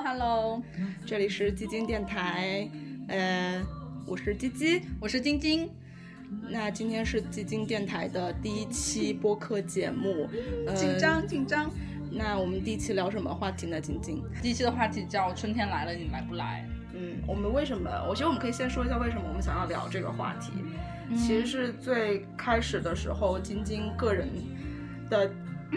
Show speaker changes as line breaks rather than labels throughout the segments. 饭喽！这里是基金电台，呃，我是基基。
我是晶晶，
那今天是基金电台的第一期播客节目，呃、
紧。张紧张。
那我们第一期聊什么话题呢？晶晶，
第一期的话题叫“春天来了，你来不来
嗯，我们为什么？我觉得我们可以先说一下为什么我们想要聊这个话题。其实是最开始的时候，晶晶个人的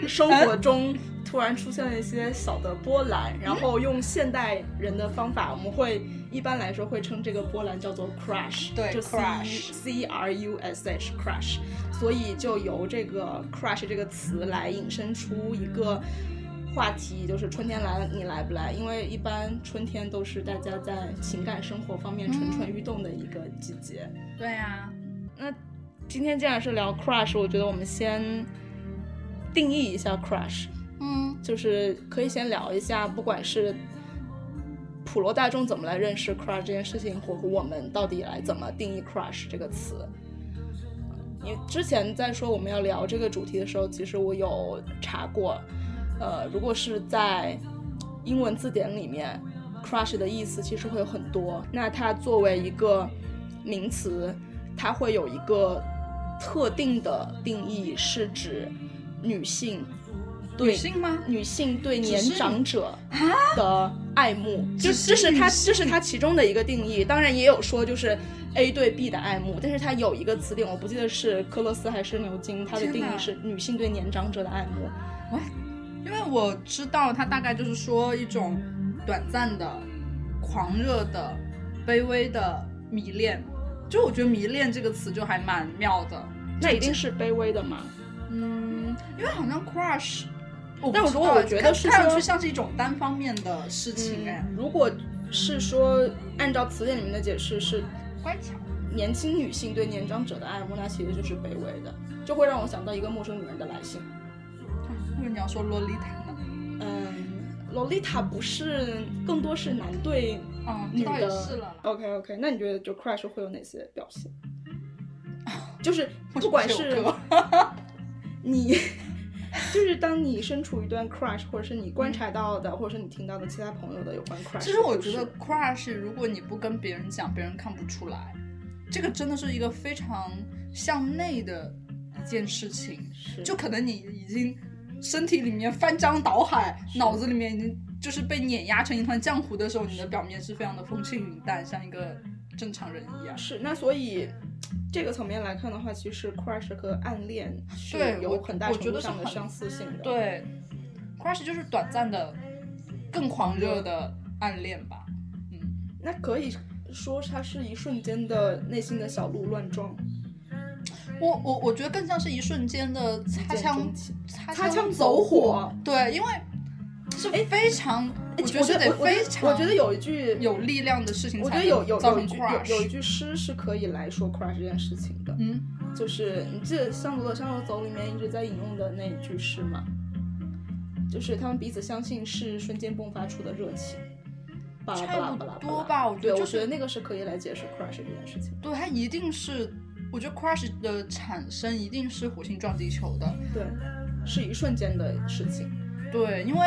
生活中突然出现了一些小的波澜，然后用现代人的方法，我们会一般来说会称这个波澜叫做 crash，
对
就
crush
c r u s h crash，所以就由这个 crash 这个词来引申出一个。话题就是春天来了，你来不来？因为一般春天都是大家在情感生活方面蠢蠢欲动的一个季节。”。
对啊，
那今天既然是聊 crush，我觉得我们先定义一下 crush，
嗯，
就是可以先聊一下，不管是普罗大众怎么来认识 crush 这件事情，或者我们到底来怎么定义 crush 这个词。你之前在说我们要聊这个主题的时候，其实我有查过，呃，如果是在英文字典里面，crush 的意思其实会有很多。那它作为一个名词，它会有一个特定的定义，是指女性对
女性吗？
女性对
只
年
是啊
长者的爱慕，就
只是
这是它
女
这是它其中的一个定义。当然也有说就是 A 对 B 的爱慕，但是它有一个词典，我不记得是科勒斯还是牛津，它的
天
定
哪
义是女性对年长者的爱慕。
因为我知道它大概就是说一种短暂的、狂热的、卑微的迷恋。就我觉得“迷恋”这个词就还蛮妙的。
那一定是卑微的嘛？
嗯，因为好像 crush，
但
不
我
知道
如果我觉得是
看上
说嗯
去像是一种单方面的事情哎，
如果是说按照词典里面的解释是
乖巧。
年轻女性对年长者的爱慕，那其实就是卑微的，就会让我想到一个陌生女人的来信。
或者你要说洛丽塔呢？
嗯，洛丽塔不是，更多是男对
嗯，
女
这倒也
的
是了啦。
OK OK，那你觉得就 crush 会有哪些 表现？就是
为什么
不管
这首
是
歌
你，就是当你身处一段 crush，或者是你观察到的，或者是你听到的其他朋友的有关 crush，
其实我觉得
的故事
crush，如果你不跟别人讲，别人看不出来。这个真的是一个非常向内的一件事情，
是
就可能你已经身体里面翻江倒海，脑子里面已经就是被碾压成一团浆糊的时候，你的表面是非常的风轻云淡，像一个正常人一样。
是那所以。这个层面来看的话，其实 crush 和暗恋是
对
有
我
很大
我
程
觉
度
得是
上的
很
相似性的。，
对，crush 就是短暂的、更狂热的暗恋吧。嗯，
那可以说它是一瞬间的内心的小鹿乱撞，
我我我觉得更像是一瞬间的擦
一见
枪
钟情。
擦
擦枪走
走
火。
对，因为是非常，我觉得是得
哎我
非常，
我觉得有一句
有力量的事情
我
才
觉
能
得有有
造
有一
成
句有有一
crush。
句诗是可以来说 crush 这件事情的，
嗯，
就是你记得《向左走，向右走》里面一直在引用的那一句诗吗？就是他们彼此相信是瞬间迸发出的热情，巴拉巴
差
拉
不
巴拉
多
巴拉。
吧，我觉
对，
得
我
就
觉得
是
那个是可以来解释 crush 这件事情。
对它一定是，我觉得 crush 的产生一定是火星撞地球的，
对，是一瞬间的事情。
对，因为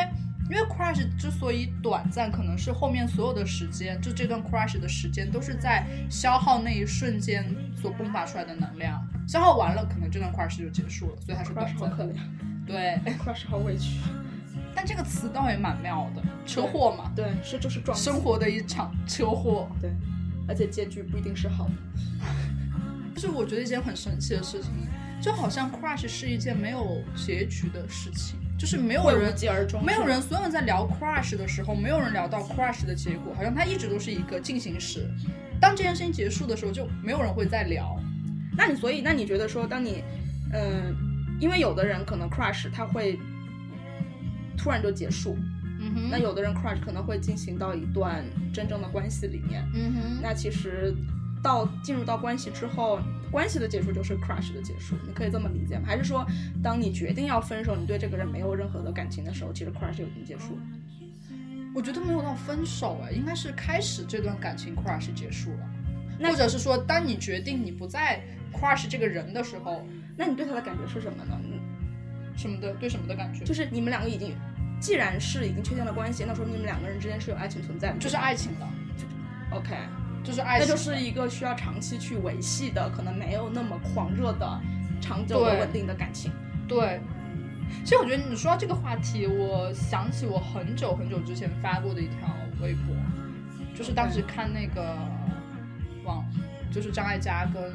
因为 crush 之所以短暂，可能是后面所有的时间，就这段 crush 的时间都是在消耗那一瞬间所迸发出来的能量，消耗完了，可能这段 crush 就结束了，所以它是短
crush 好
暂
可
的。
怜
对，
，crush 好委屈。
但这个词倒也蛮妙的，车祸嘛，
对，是就是撞死
生，活的一场车祸。
对，而且结局不一定是好的。
就是我觉得一件很神奇的事情，就好像 crush 是一件没有结局的事情，就是没有
会无
人
疾而终，
没有
是吧
人，所有人在聊 crush 的时候，没有人聊到 crush 的结果，好像它一直都是一个进行时。当这件事情结束的时候，就没有人会再聊。
那你所以，那你觉得说，当你，嗯、因为有的人可能 crush 他会突然就结束，
嗯哼
那有的人 crush 可能会进行到一段真正的关系里面。
嗯哼，
那其实到进入到关系之后，关系的结束就是 crush 的结束，你可以这么理解吗？还是说，当你决定要分手，你对这个人没有任何的感情的时候，其实 crush 就已经结束了？
我觉得没有到分手哎，应该是开始这段感情 crush 结束了，
那
或者是说，当你决定你不再 crush 这个人的时候，
那你对他的感觉是什么呢？你
什么的对什么的感觉，
就是你们两个已经既然是已经确定了关系，那说明你们两个人之间是有爱情存在的，
这是爱情的，
OK，
这是爱
那
情的，
就是一个需要长期去维系的，可能没有那么狂热的、长久的
对
稳定的感情。
对。其实我觉得你说到这个话题，我想起我很久很久之前发过的一条微博，就是当时看那个网，就是张艾嘉跟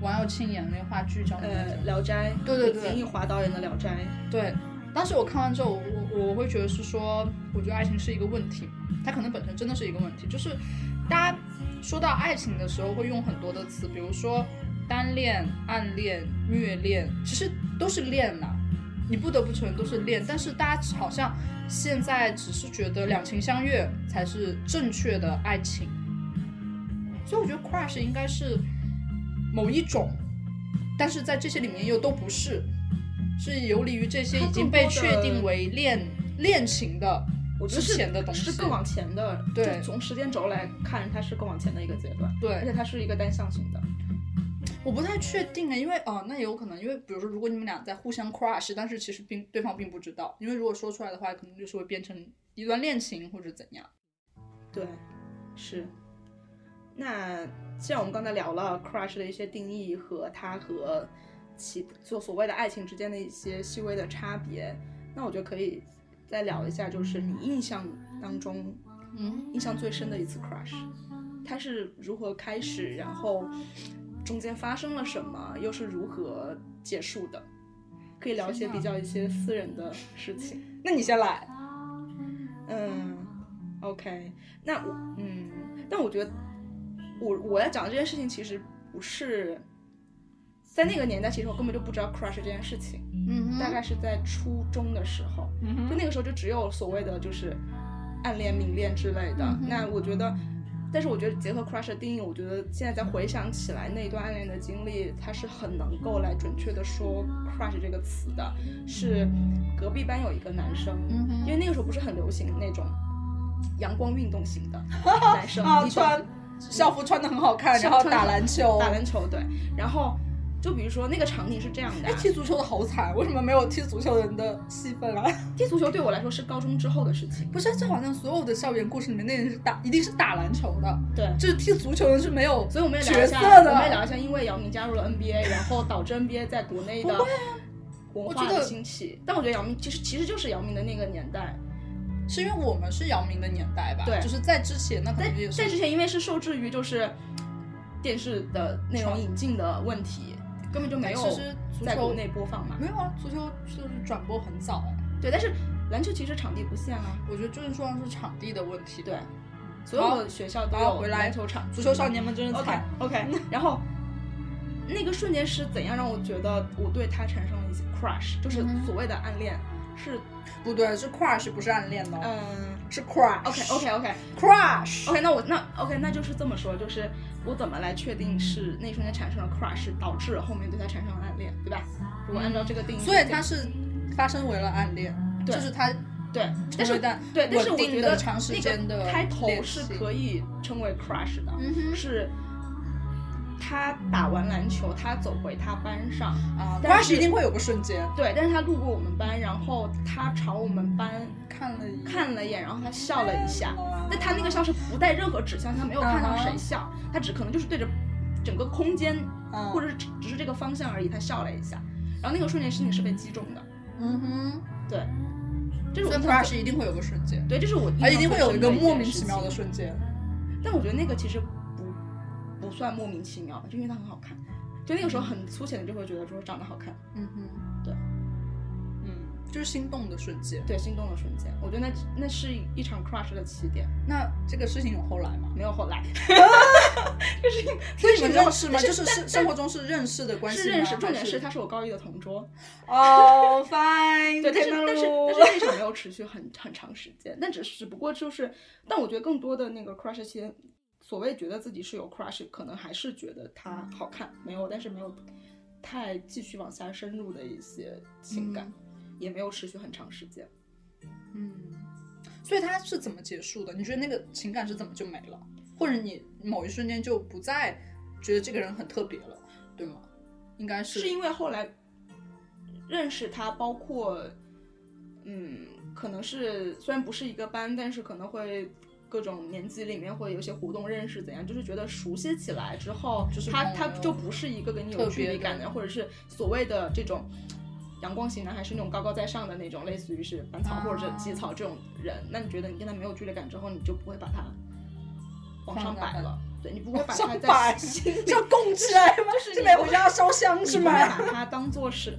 王耀庆演那个话剧叫什么来
呃，
着
《聊斋》
对对对
林奕华导演的《聊斋》，
对，当时我看完之后，我我我会觉得是说，我觉得爱情是一个问题，它可能本身真的是一个问题。就是大家说到爱情的时候，会用很多的词，比如说单恋、暗恋、虐恋，其实都是恋呐、你不得不承认都是恋。但是大家好像现在只是觉得两情相悦才是正确的爱情，所以我觉得 crush 应该是某一种，但是在这些里面又都不是。是游离于这些
它
已经
更
被
多
确
的
定为恋恋情的
我觉得
之前的东
是
西
是更往前的，
对
就从时间轴来看，它是更往前的一个阶段，而
对，
且它是一个单向型的。
我不太确定啊，因为哦、那有可能，因为比如说，如果你们俩在互相 crush，但是其实并对方并不知道，因为如果说出来的话，可能就是会变成一段恋情或者怎样。
对，是。那既然我们刚才聊了 crush 的一些定义和它和其就所谓的爱情之间的一些细微的差别，那我觉得可以再聊一下，就是你印象当中
嗯，
印象最深的一次 crush，它是如何开始，然后中间发生了什么，又是如何结束的？可以聊一些
天哪
比较一些私人的事情。
那你先来。
嗯，OK，那我嗯，但我觉得我我要讲的这件事情其实不是在那个年代，其实我根本就不知道 crush 这件事情，
嗯哼
大概是在初中的时候，
嗯哼
就那个时候就只有所谓的就是暗恋、明恋之类的。
嗯哼
那我觉得，但是我觉得结合 crush 的定义，我觉得现在再回想起来那一段暗恋的经历，它是很能够来准确的说 crush 这个词的。是隔壁班有一个男生，
嗯哼
因为那个时候不是很流行那种阳光运动 型的男生，
啊，
你懂
穿 校服穿的很好看，然
校
后
穿
打
得
篮球，
打篮球对，然后就比如说那个场景是这样的
哎，
啊，
踢足球的好惨，为什么没有踢足球人的戏份啊？
踢足球对我来说是高中之后的事情，
不是，这好像所有的校园故事里面，那人是打，一定是打篮球的，
对。
就是踢足球人是没有
所以我们也聊
角
一
色
下，
的。
我们也聊一下，因为姚明加入了 NBA，然后导致 NBA 在国内的
不会啊
文
我
化
觉得
的兴起。但我觉得姚明其实其实就是姚明的那个年代，
是因为我们是姚明的年代吧？
对
就是在之前那可
在
能也是
在之前因为是受制于就是电视的内容引进的问题，根本就没有
其实足
在国
球
内播放嘛。
没有啊，足球就是转播很早哎，
对，但是篮球其实场地不限啊，
我觉得就是说是场地的问题。
对，，所有的学校都
好
有
回来
篮球场。
足球少年们真的
OK
惨。
OK，然后那个瞬间是怎样让我觉得我对他产生了一些 crush，就是
嗯哼
所谓的暗恋，是
不对，是 crush 不是暗恋的，
嗯。
是 crush。
OK OK OK
crush。
OK，那我那 OK，那就是这么说，就是我怎么来确定是那一瞬间产生了 crush，导致后面对他产生了暗恋，对吧？如果按照这个定义，
所以它是发生为了暗恋，
对
就是它
对，
成
但
为
是
但
对，但是
稳
我
定
觉
的
得
长时间
那
的
个开头
练
是
习
可以称为 crush 的，
嗯哼
是他打完篮球，他走回他班上，
啊
但
，crush
是
一定会有个瞬间，
对，但是他路过我们班，然后他朝我们班
看了一
看了一眼，然后他笑了一下，但他那个笑是不带任何指向，他没有看到谁笑，他只可能就是对着整个空间，
嗯
或者是只只是这个方向而已，他笑了一下。然后那个瞬间是你是被击中的，
嗯哼，
对，这是
所
我
以
印象
crush
最
一定会有个瞬间，
对，这是我印
而
象
一定会有一个
最深的
莫
件
名
事
其妙的
情，
瞬间。
但我觉得那个其实不不算莫名其妙吧，就因为它很好看。就那个时候很粗浅的就会觉得说长得好看，
嗯哼，
对，
嗯，就是心动的瞬间。
对，心动的瞬间，我觉得那那是一场 crush 的起点，
那这个事情有后来吗？
没 有后来。
所以你们认识吗？
但是
就是是生活中是认识的关系吗
是认识，
还
重点是他是我高一的同桌，
哦，fine，
对，但是
天哪
但是
噜
但是那场没有持续很很长时间，但只是只不过就是，但我觉得更多的那个 crush 期间，所谓觉得自己是有 crush，可能还是觉得他好看，没有，但是没有太继续往下深入的一些情感，也没有持续很长时间。
嗯，所以他是怎么结束的？你觉得那个情感是怎么就没了，或者你某一瞬间就不再觉得这个人很特别了，对吗？ 应该是
是因为后来认识他，包括嗯，可能是虽然不是一个班，但是可能会各种年级里面会有些互动认识怎样，就是觉得熟悉起来之后，
就是
他
朋友
他就不是一个跟你有
特
距
别
离感的，
的
或者是所谓的这种阳光型男孩，是那种高高在上的那种，类似于是班草
啊
或者是基草这种人。那你觉得你跟他没有距离感之后，你就不会把他往
放
上
大
摆了，对你不会把
上
他在
摆
心里
就供起来吗？
就是
这
你
边
不
回家烧香
你
是
不会
吗？
把它当做是，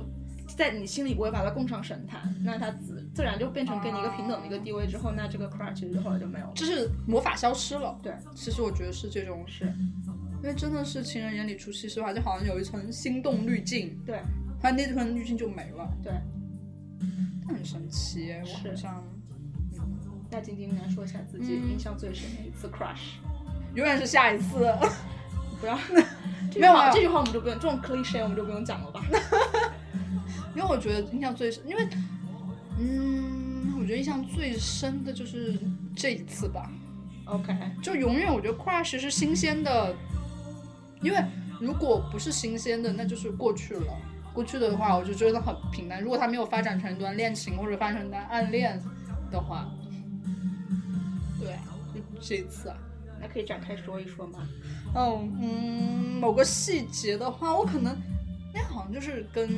在你心里不会把它供上神坛，那它自自然就变成跟你一个平等的一个地位之后，那这个 crush 其实就后来就没有了。
就是魔法消失了。
对，
其实我觉得是这种，
是，
因为真的是情人眼里出西施吧，就好像有一层心动滤镜，
嗯对
它那层滤镜就没了，
对。
但很神奇耶，我
是
好像
那晶晶来说一下自己
嗯
印象最深的一次 crush，、
永远是下一次。
不要这句话
没有没有
这句话我们就不用，这种 cliche 我们就不用讲了吧？
因为我觉得印象最深，因为，嗯，我觉得印象最深的就是这一次吧。
OK，
就永远我觉得 crush 是新鲜的，因为如果不是新鲜的，那就是过去了。过去的话，我就觉得很平淡。如果它没有发展成一段恋情或者发展成一段暗恋的话，对，就这一次啊。
那可以展开说一说吗？
哦，嗯，某个细节的话，我可能那好像就是跟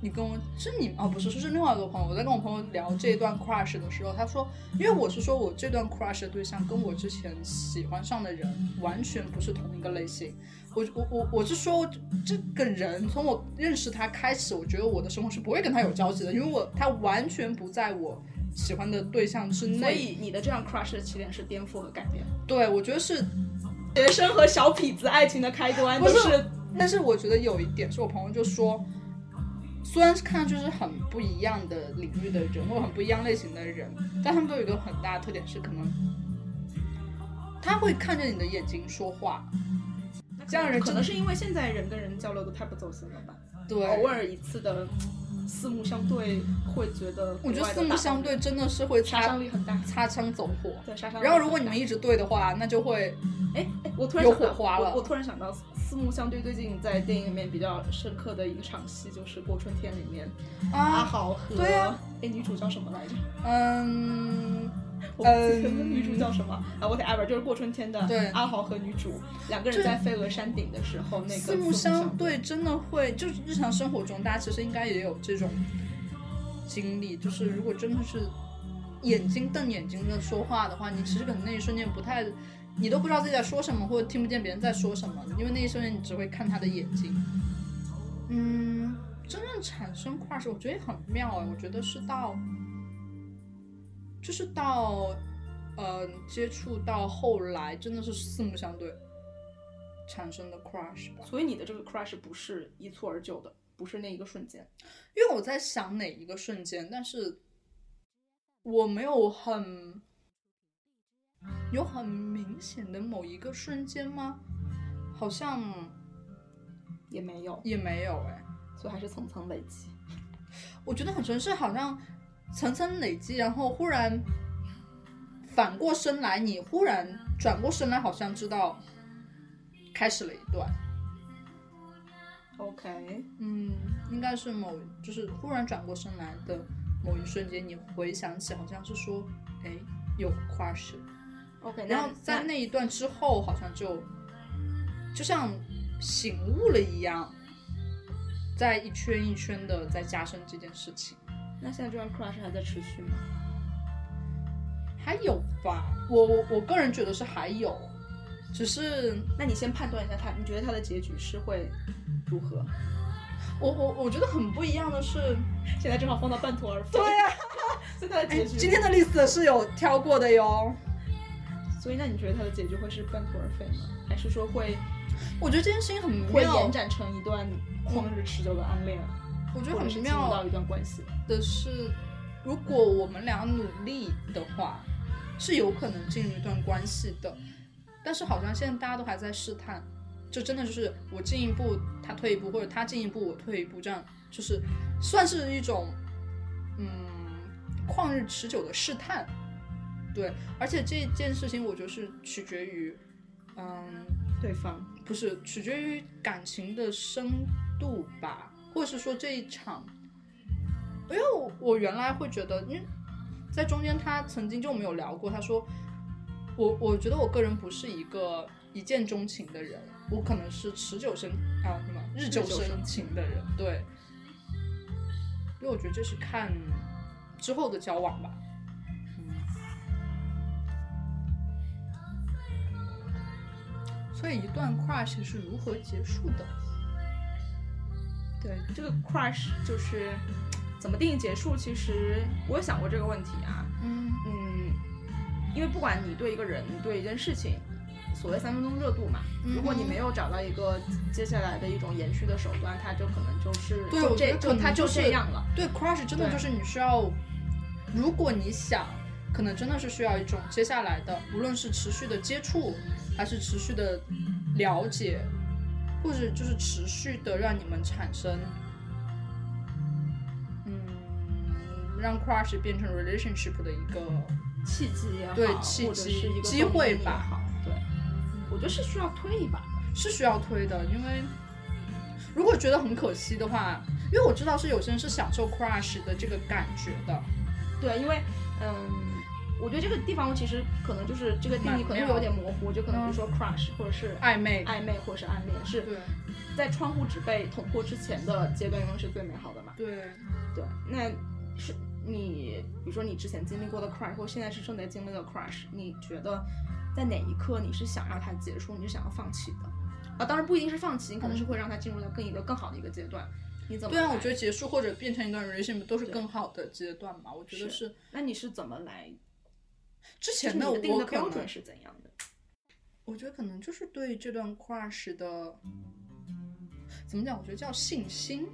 你跟我是你哦，不是，是另外一个朋友。我在跟我朋友聊这一段 crush 的时候，他说，因为我是说我这段 crush 的对象跟我之前喜欢上的人完全不是同一个类型。我我我我是说这个人从我认识他开始，我觉得我的生活是不会跟他有交集的，因为我他完全不在我喜欢的对象之
所
内。
以你的这样 crush 的起点是颠覆和改变，
对，我觉得是
学生和小痞子爱情的开端
不
都
是
是
但是我觉得有一点是我朋友就说，虽然是看上去是很不一样的领域的人或者很不一样类型的人，但他们都有一个很大的特点是，可能他会看着你的眼睛说话。这样人
可
真
能
的
是因为现在人跟人交流的太不走心了吧？
对，
偶尔一次的嗯四目相对，会觉得
我觉得四目相对真的是会
对杀伤
擦
力很大。
擦枪走火。
对杀伤力很大。
然后如果你们一直对的话，那就会
哎哎，我突然想到
有火花了
我我突然想到四目相对，最近在电影里面比较深刻的一个场戏就是《过春天》里面阿
啊，
豪和
对啊
哎女主叫什么来着？
嗯，
我不记得女主叫什么啊？whatever，就是《过春天》
对
的阿豪和女主两个人
这
在飞鹅山顶的时候，那个
四目相对真的会，就是日常生活中，大家其实应该也有这种经历，就是如果真的是眼睛瞪眼睛的说话的话，你其实可能那一瞬间不太，你都不知道自己在说什么，或者听不见别人在说什么，因为那一瞬间你只会看他的眼睛。嗯，真正产生 crush，我觉得也很妙哎、我觉得是到，就是到，呃，接触到后来真的是四目相对产生的 crush 吧。
所以你的这个 crush 不是一蹴而就的，不是那一个瞬间。
因为我在想哪一个瞬间，但是我没有很有很明显的某一个瞬间吗？好像
也没有，
也没有哎、
所以还是层层累积。
我觉得很神是好像层层累积，然后忽然反过身来，你忽然转过身来，好像知道开始了一段，
OK，
嗯，应该是某就是忽然转过身来的某一瞬间，你回想起好像是说，哎，有 crush。
OK，
然后在那一段之后，好像就就像醒悟了一样，在一圈一圈的在加深这件事情。
那现在这段 crush 还在持续吗？
还有吧，我我我个人觉得是还有，只是
那你先判断一下他，你觉得他的结局是会如何？
我我我觉得很不一样的是，
现在正好放到半途而废。
对呀、
所以他的
哎，
结局，
今天的 list 是有挑过的哟。
所以那你觉得他的结局会是半途而废吗？还是说会
我觉得这件事情很
会
妙
延，展成一段旷日持久的暗恋，
我觉得
或者
很
是进入
妙
到一段关系？
的是，如果我们俩努力的话，是有可能进入一段关系的。但是好像现在大家都还在试探，就真的就是我进一步，他退一步，或者他进一步，我退一步，这样就是算是一种嗯旷日持久的试探。对，而且这件事情我觉得是取决于，嗯，
对方
不是取决于感情的深度吧，或者是说这一场因为我我原来会觉得，因为在中间他曾经就我们有聊过，他说我我觉得我个人不是一个一见钟情的人，我可能是持久生啊什么日久
久
生
生
情的人，对，因为我觉得这是看之后的交往吧。所以一段 crush 是如何结束的？
对，这个 crush 就是怎么定义结束？其实我有想过这个问题啊，
嗯
嗯，因为不管你对一个人、对一件事情，所谓三分钟热度嘛，
嗯
如果你没有找到一个接下来的一种延续的手段，它就可能就是
对
就
我觉
这
得可能
它就
就是
这样了。
对 crush 真的
对
就是你需要，如果你想，可能真的是需要一种接下来的，无论是持续的接触，还是持续的了解，或者就是持续的让你们产生，嗯，让 crush 变成 relationship 的一个，
契机也好，
对契
或者是
机
一个
机
动
会
因也
吧嗯
好，对，我觉得是需要推一把的。
是需要推的，因为如果觉得很可惜的话，因为我知道是有些人是享受 crush 的这个感觉的，
对，因为嗯，我觉得这个地方其实可能就是这个定义可能会
哦
有点模糊，就
嗯
可能比如说 crush 或者是
暧昧，
暧昧或者是暗恋，是
对
在窗户纸被捅破之前的阶段，永远是最美好的嘛。
对。
对，那是你，比如说你之前经历过的 crush，或现在是正在经历的 crush，你觉得在哪一刻你是想让它结束，你是想要放弃的？啊，当然不一定是放弃，你可能是会让它进入到更一个更好的一个阶段。你怎
嗯
么
对啊，
来
我觉得结束或者变成一段 relationship 都是更好的阶段嘛。我觉得是
那你是怎么来？
之
就是
前
你
的
的定义
我
的
可能
标准是怎样的？
我觉得可能就是对这段 crush 的怎么讲？我觉得叫信心，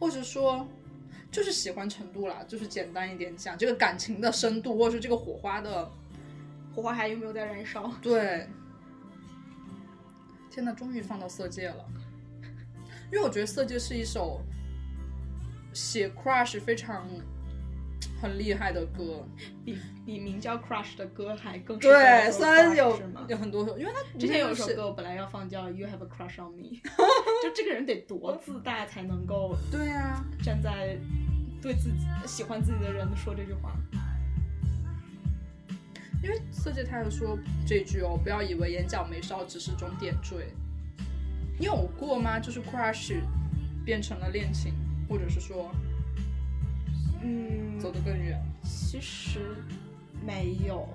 或者说就是喜欢程度啦，就是简单一点讲，这个感情的深度，或者是这个火花的
火花还有没有在燃烧？
对。天呐，终于放到《色戒》了，因为我觉得《色戒》是一首写 crush 非常很厉害的歌。
比比名叫 crush 的歌还更适合
对，
做
虽然
crush，
有
是吗
有很多首，因为他
之前有一首
是
歌，我本来要放叫 You Have a Crush on Me，就这个人得多自大才能够
对啊，
站在对自己喜欢自己的人说这句话。
因为色戒他有说这句哦，不要以为眼角眉梢只是种点缀。你有过吗？就是 crush 变成了恋情，或者是说
嗯
走得更远？
其实没有，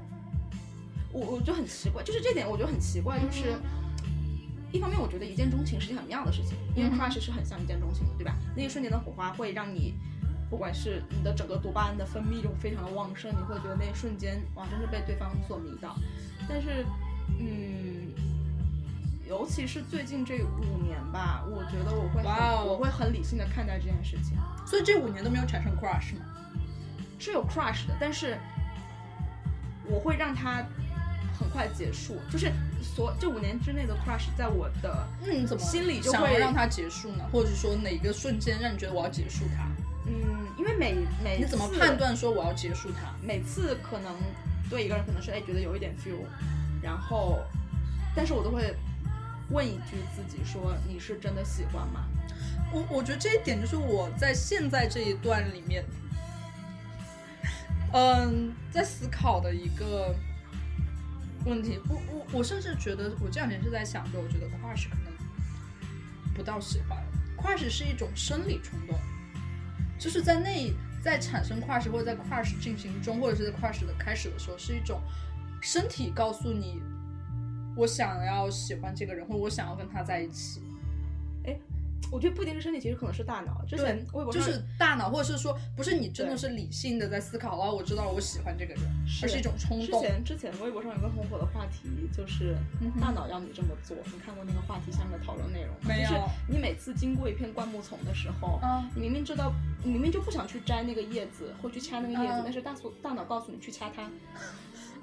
我我就很奇怪，就是这点我觉得很奇怪，就是。一方面，我觉得一见钟情是件很妙的事情，因为
嗯
crush 是很像一见钟情的，对吧？那一瞬间的火花会让你，不管是你的整个多巴胺的分泌就非常的旺盛，你会觉得那一瞬间哇，真是被对方所迷倒。但是，嗯，尤其是最近这五年吧，我觉得我会很
哇哦
我会很理性的看待这件事情。
所以这五年都没有产生 crush 吗？
是有 crush 的，但是我会让它很快结束。就是所这五年之内的 crush，在我的
那你怎么
心里就
想
会
要让它结束呢？或者说哪一个瞬间让你觉得我要结束它？
嗯，因为每每
你怎么
次
判？断说我要结束它？
每次可能对一个人可能是哎觉得有一点 feel，然后，但是我都会问一句自己说你是真的喜欢吗？
我我觉得这一点就是我在现在这一段里面，嗯，在思考的一个问题。我我我甚至觉得，我这两天是在想着，我觉得 crush 可能不到喜欢，crush 是一种生理冲动，就是在那在产生 crush 或者在 crush 进行中，或者是在 crush 的开始的时候，是一种身体告诉你，我想要喜欢这个人，或者我想要跟他在一起。
我觉得不一定是身体，其实可能是大脑。之前微博
就
上
是大脑，或者是说，不是你真的
对
是理性的在思考哦，我知道我喜欢这个人，
是
而是一种冲
之
动。
前之前微博上有个很火的话题，就是
嗯哼
大脑要你这么做。你看过那个话题下面的讨论内容吗？
没有
就是你每次经过一片灌木丛的时候，
啊，
你明明知道，你明明就不想去摘那个叶子或去掐那个叶子，
嗯
但是大诉大脑告诉你去掐它，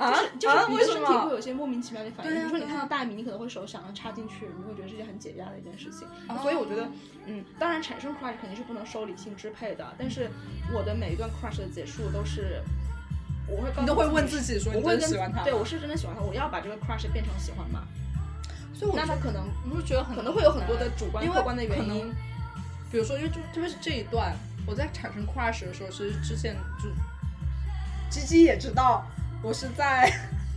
啊
就是就是你
为
的
什
身体会
么
有？一些莫名其妙的反应。
对啊
比如说你
对啊
看到大米，你可能会手想要插进去，你会觉得是一件很解压的一件事情。
哦
所以我觉得，嗯，当然产生 crush 肯定是不能受理性支配的，但是我的每一段 crush 的结束都是。我会告诉
你都会问
自己
自己说，
我
你
会
真
跟
喜欢他？
对，我是真的喜欢他，我要把这个 crush 变成喜欢嘛。
所以我
那
觉
他
得
可能
我就觉得很
可能会有很多的主观
因为
客观的
可
原
能
因，
比如说，因为就特别是这一段，我在产生 crush 的时候，其实之前就，鸡鸡也知道我是在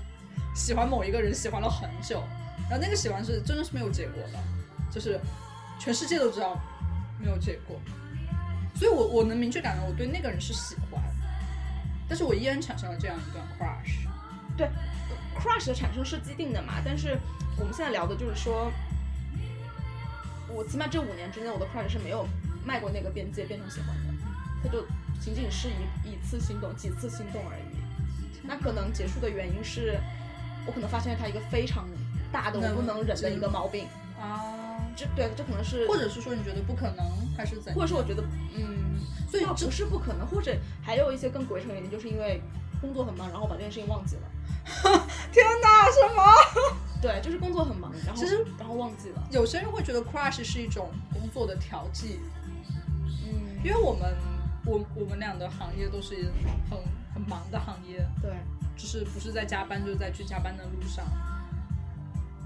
喜欢某一个人，喜欢了很久，然后那个喜欢是真的是没有结果的，就是全世界都知道没有结果，所以我我能明确感到我对那个人是喜欢，但是我依然产生了这样一段 crush。
crush 的产生是既定的嘛，但是我们现在聊的就是说，我起码这五年之内，我的 crush 是没有迈过那个边界变成喜欢的，它就仅仅是一一次心动、几次心动而已。那可能结束的原因是，我可能发现了他一个非常大的我
能
不能忍的一个毛病，
啊，
这对这可能是，
或者是说你觉得不可能，还是怎样？
或者是我觉得嗯，
所以
倒
这
不是不可能，或者还有一些更鬼扯的原因，就是因为工作很忙，然后把这件事情忘记了。
天哪，什么？
对，就是工作很忙，然后
其实
然后忘记了，
有些人会觉得 crush 是一种工作的调剂，
嗯，
因为我们我我们俩的行业都是很很忙的行业，
对。
就是不是在加班，就是在去加班的路上。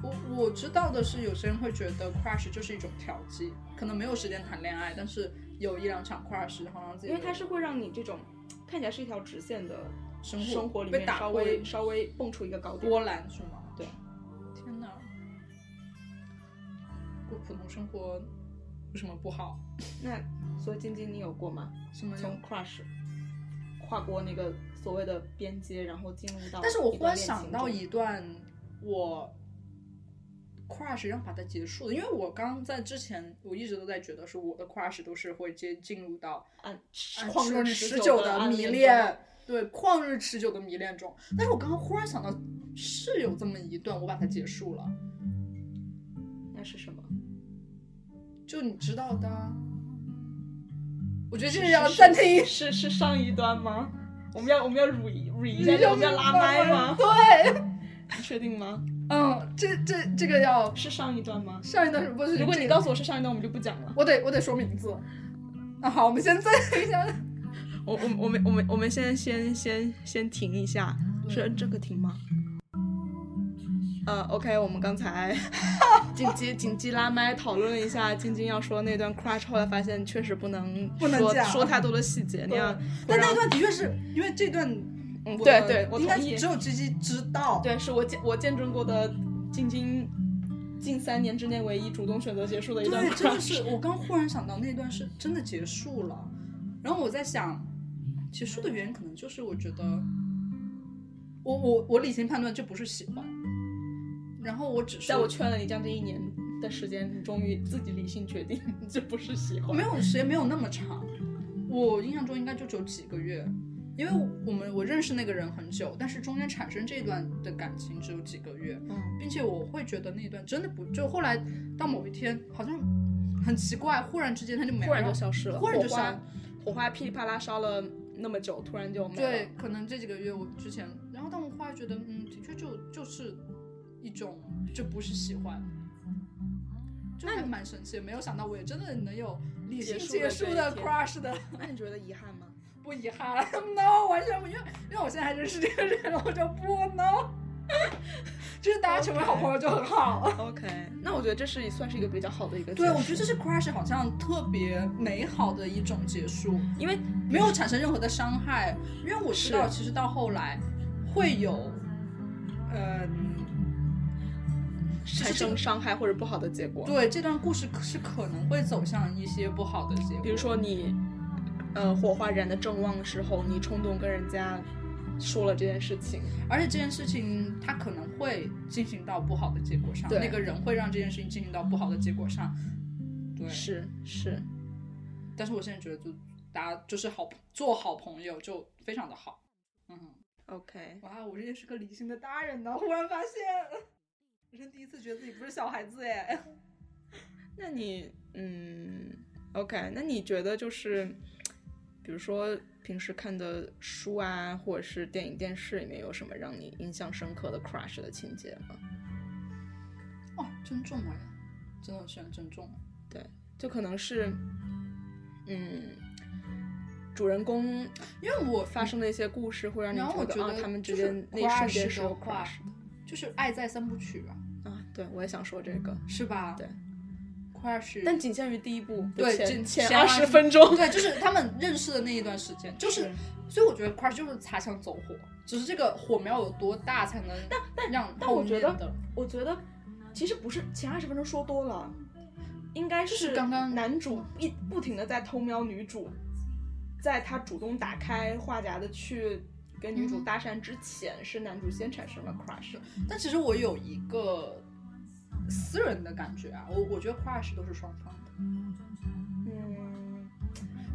我我知道的是，有些人会觉得 crush 就是一种调剂，可能没有时间谈恋爱，但是有一两场 crush，好让自己
因为它是会让你这种看起来是一条直线的
生活
生活里
被
面
打
稍
破
微稍微蹦出一个高点。
波澜是吗？
对。
天哪，过普通生活有什么不好？
那所以晶晶你有过吗？
什么
从 crush 跨过那个所谓的边界，然后进入到
但是我
一
忽
段
然
恋
想
情
到
中
一段我 crush 让把它结束了，因为我刚在之前我一直都在觉得是我的 crush 都是会接进入到
暗
暗
啊旷
日
日
持
久
的
暗
迷
中
恋，对，旷日持久的迷恋中。但是我刚刚忽然想到，是有这么一段，我把它结束了，
那是什么？
就你知道的啊。我觉得这
是
个要
是
暂停一
是是上一段吗？我们要我们要捋一捋一
你
下，
就
我们要拉麦吗？
对，
你确定吗？
嗯，这这这个要
是上一段吗？
上一段是不是？
如果
这
你
个
告诉我是上一段，我们就不讲了。
我得我得说名字。那好，我们先 暂停一下。
我我我们我们我们现在先先先停一下，是这个停吗？呃，OK，我们刚 才紧急紧急拉麦讨论了一下晶晶要说那段 crush，后来发现确实不能
不能
说
讲
说太多的细节，那样
但那
会让
段的确是因为这段，
嗯
我
对对，我
应
同
该
意
只，有吉吉知道。
对，是我见我见证过的晶晶近三年之内唯一主动选择结束的一段
对，真的
crush，
是我刚忽然想到那段是真的结束了，然后我在想，结束的原因可能就是我觉得，我我我理性判断这不是喜欢，然后我只是
在我劝了你将近一年的时间，你终于自己理性决定 这不是喜欢，
没有时间没有那么长，我印象中应该就只有几个月，因为我们我认识那个人很久，但是中间产生这段的感情只有几个月，
嗯
并且我会觉得那段真的不就后来到某一天好像很奇怪，忽然之间他就没
忽然
了
就消失了，
忽然就
火
消
花，火花噼里啪啦烧了那么久，突然就没了。
对，可能这几个月我之前，然后但我后来觉得，嗯，的确就就是一种，就不是喜欢，就还蛮神奇，没有想到我也真的能有理性结
结束
束
了
的
这一天
crush 的，
那你觉得遗憾吗？
不遗憾 ，no，完全不，因为因为我现在还认识这个人，我就不 no，就是大家成为好朋友就很好。
OK，那我觉得这是算是一个比较好的一个
对，
结
我
束
觉得这是 crush 好像特别美好的一种结束，
因为
没有产生任何的伤害，因为我知道
是
其实到后来会有，嗯、
产生伤害或者不好的结果，
对这段故事可是可能会走向一些不好的结果，
比如说你，呃，火花燃的正旺的时候，你冲动跟人家说了这件事情，
而且这件事情它可能会进行到不好的结果上，
对
那个人会让这件事情进行到不好的结果上，对，
是是，
但是我现在觉得就大家就是好做好朋友就非常的好，嗯。
OK，
哇，我这也是个理性的大人呢，忽然发现，人生第一次觉得自己不是小孩子哎。
那你嗯，OK，那你觉得就是，比如说平时看的书啊，或者是电影、电视里面有什么让你印象深刻的 crush 的情节吗？
哦，珍重哎，真的很喜欢珍重。
就可能是，嗯，主人公
因为我
发生的一些故事，会让你
然后我
得
觉
啊
得，
他们之
就是
间那一瞬
crush
间是
的
有
话
crush 的
就是《爱在三部曲》啊，
啊。对，我也想说这个。
是吧？
对
crush，
但仅限于第一步。
对
前
仅
前
前
二
20
十分钟，
对，就是他们认识的那一段时间，就是，所以我觉得 crush 就是擦枪走火，只是这个火苗有多大才能但但让
但我
后
觉
面
得
的
我觉得其实不是前二十分钟说多了，应该
是刚刚
男主一不停的在偷瞄女主，在他主动打开话匣子去跟女主
嗯
搭讪之前，是男主先产生了 crush。
但其实我有一个私人的感觉啊，我我觉得 crush 都是双方的，
嗯，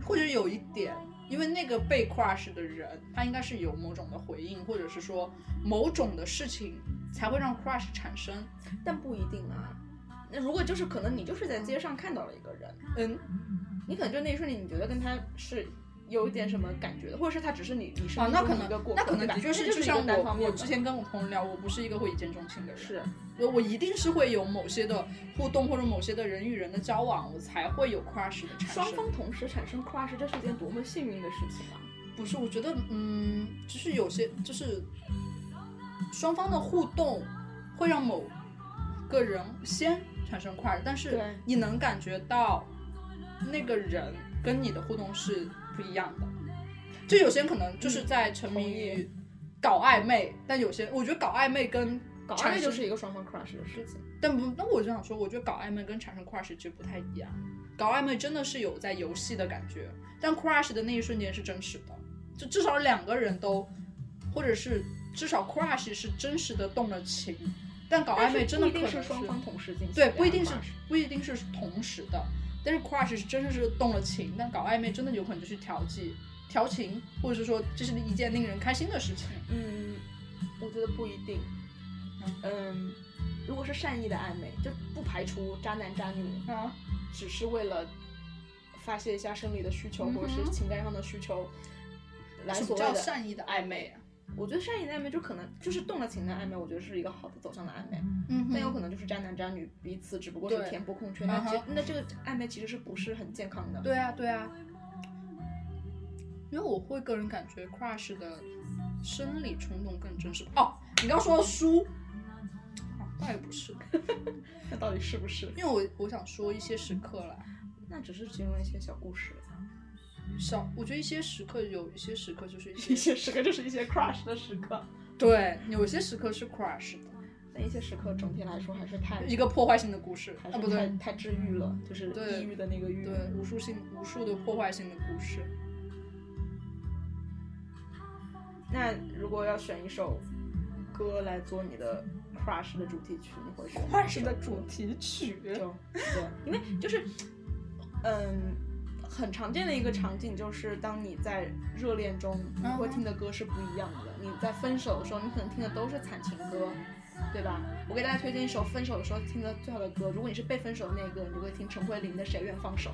或者有一点，因为那个被 crush 的人，他应该是有某种的回应，或者是说某种的事情才会让 crush 产生。
但不一定啊。那如果就是可能你就是在街上看到了一个人，
嗯，
你可能就那一瞬间你觉得跟他是有一点什么感觉的，或者是他只是你你是
啊，那
你
可
中的
能
一个过客，
那可能
对吧
的确
那
是，
就
就是
一
像
个单方
我
面
我
的
之前跟我朋友聊，我不是一个会一见钟情的人，
是
我我一定是会有某些的互动或者某些的人与人的交往，我才会有 crush 的产生。
双方同时产生 crush，这是一件多么幸运的事情啊！
不是，我觉得，嗯，就是有些，就是双方的互动会让某个人先产生快乐，但是
对
你能感觉到那个人跟你的互动是不一样的。就有些人可能就是在沉迷于搞暧昧，但有些我觉得搞暧昧跟
搞暧
产
昧
生
就是一个双方 crush 的事情。
但不，那我就想说，我觉得搞暧昧跟产生 crush 其实不太一样。搞暧昧真的是有在游戏的感觉，但 crush 的那一瞬间是真实的，就至少两个人都，或者是至少 crush 是真实的动了情。但搞暧昧真的
不
可
一定
能
是双方同时进行，
对，不一定是不一定是同时的，但是 crush 是真的是动了情，但搞暧昧真的有可能就是调剂、调情，或者是说这是一件令人开心的事情。
嗯，我觉得不一定。嗯，如果是善意的暧昧，就不排除渣男渣女
啊，
只是为了发泄一下生理的需求、
嗯哼
或者是情感上的需求，来
什
所
么
谓
叫
的。
善意的暧昧啊？
我觉得善意的暧昧就可能就是动了情的暧昧，我觉得是一个好的走向的暧昧，
嗯
但有
能。
可能就是渣男渣女彼此只不过是
对
填补空缺，那
嗯
这
哼
那这个暧昧其实是不是很健康的？
对啊，对啊，因为我会个人感觉 crush 的生理冲动更真实。哦，你刚说到书，啊，倒也不是，
那到底是不是？
因为我我想说一些时刻啦，
那只是形容一些小故事，
小，我觉得一些时刻有一些时刻就是一
一
些，
些时刻就是一些 crush 的时刻。
对，有些时刻是 crush 的，
但一些时刻整体来说还是太
一个破坏性的故事
嗯还
啊，
是
不
太
对，
太治愈了，就是
对
抑郁的那个郁。
对，无数性无数的破坏性的故事。
那如果要选一首歌来做你的 crush 的主题曲，你会选哪首
crush 的主
题曲？
嗯
就对，因为就是嗯。很常见的一个场景就是，当你在热恋中，你会
嗯哼
听的歌是不一样的。你在分手的时候，你可能听的都是惨情歌，对吧？我给大家推荐一首分手的时候听的最好的歌。如果你是被分手的那个，你就会听陈慧琳的《谁愿放手》，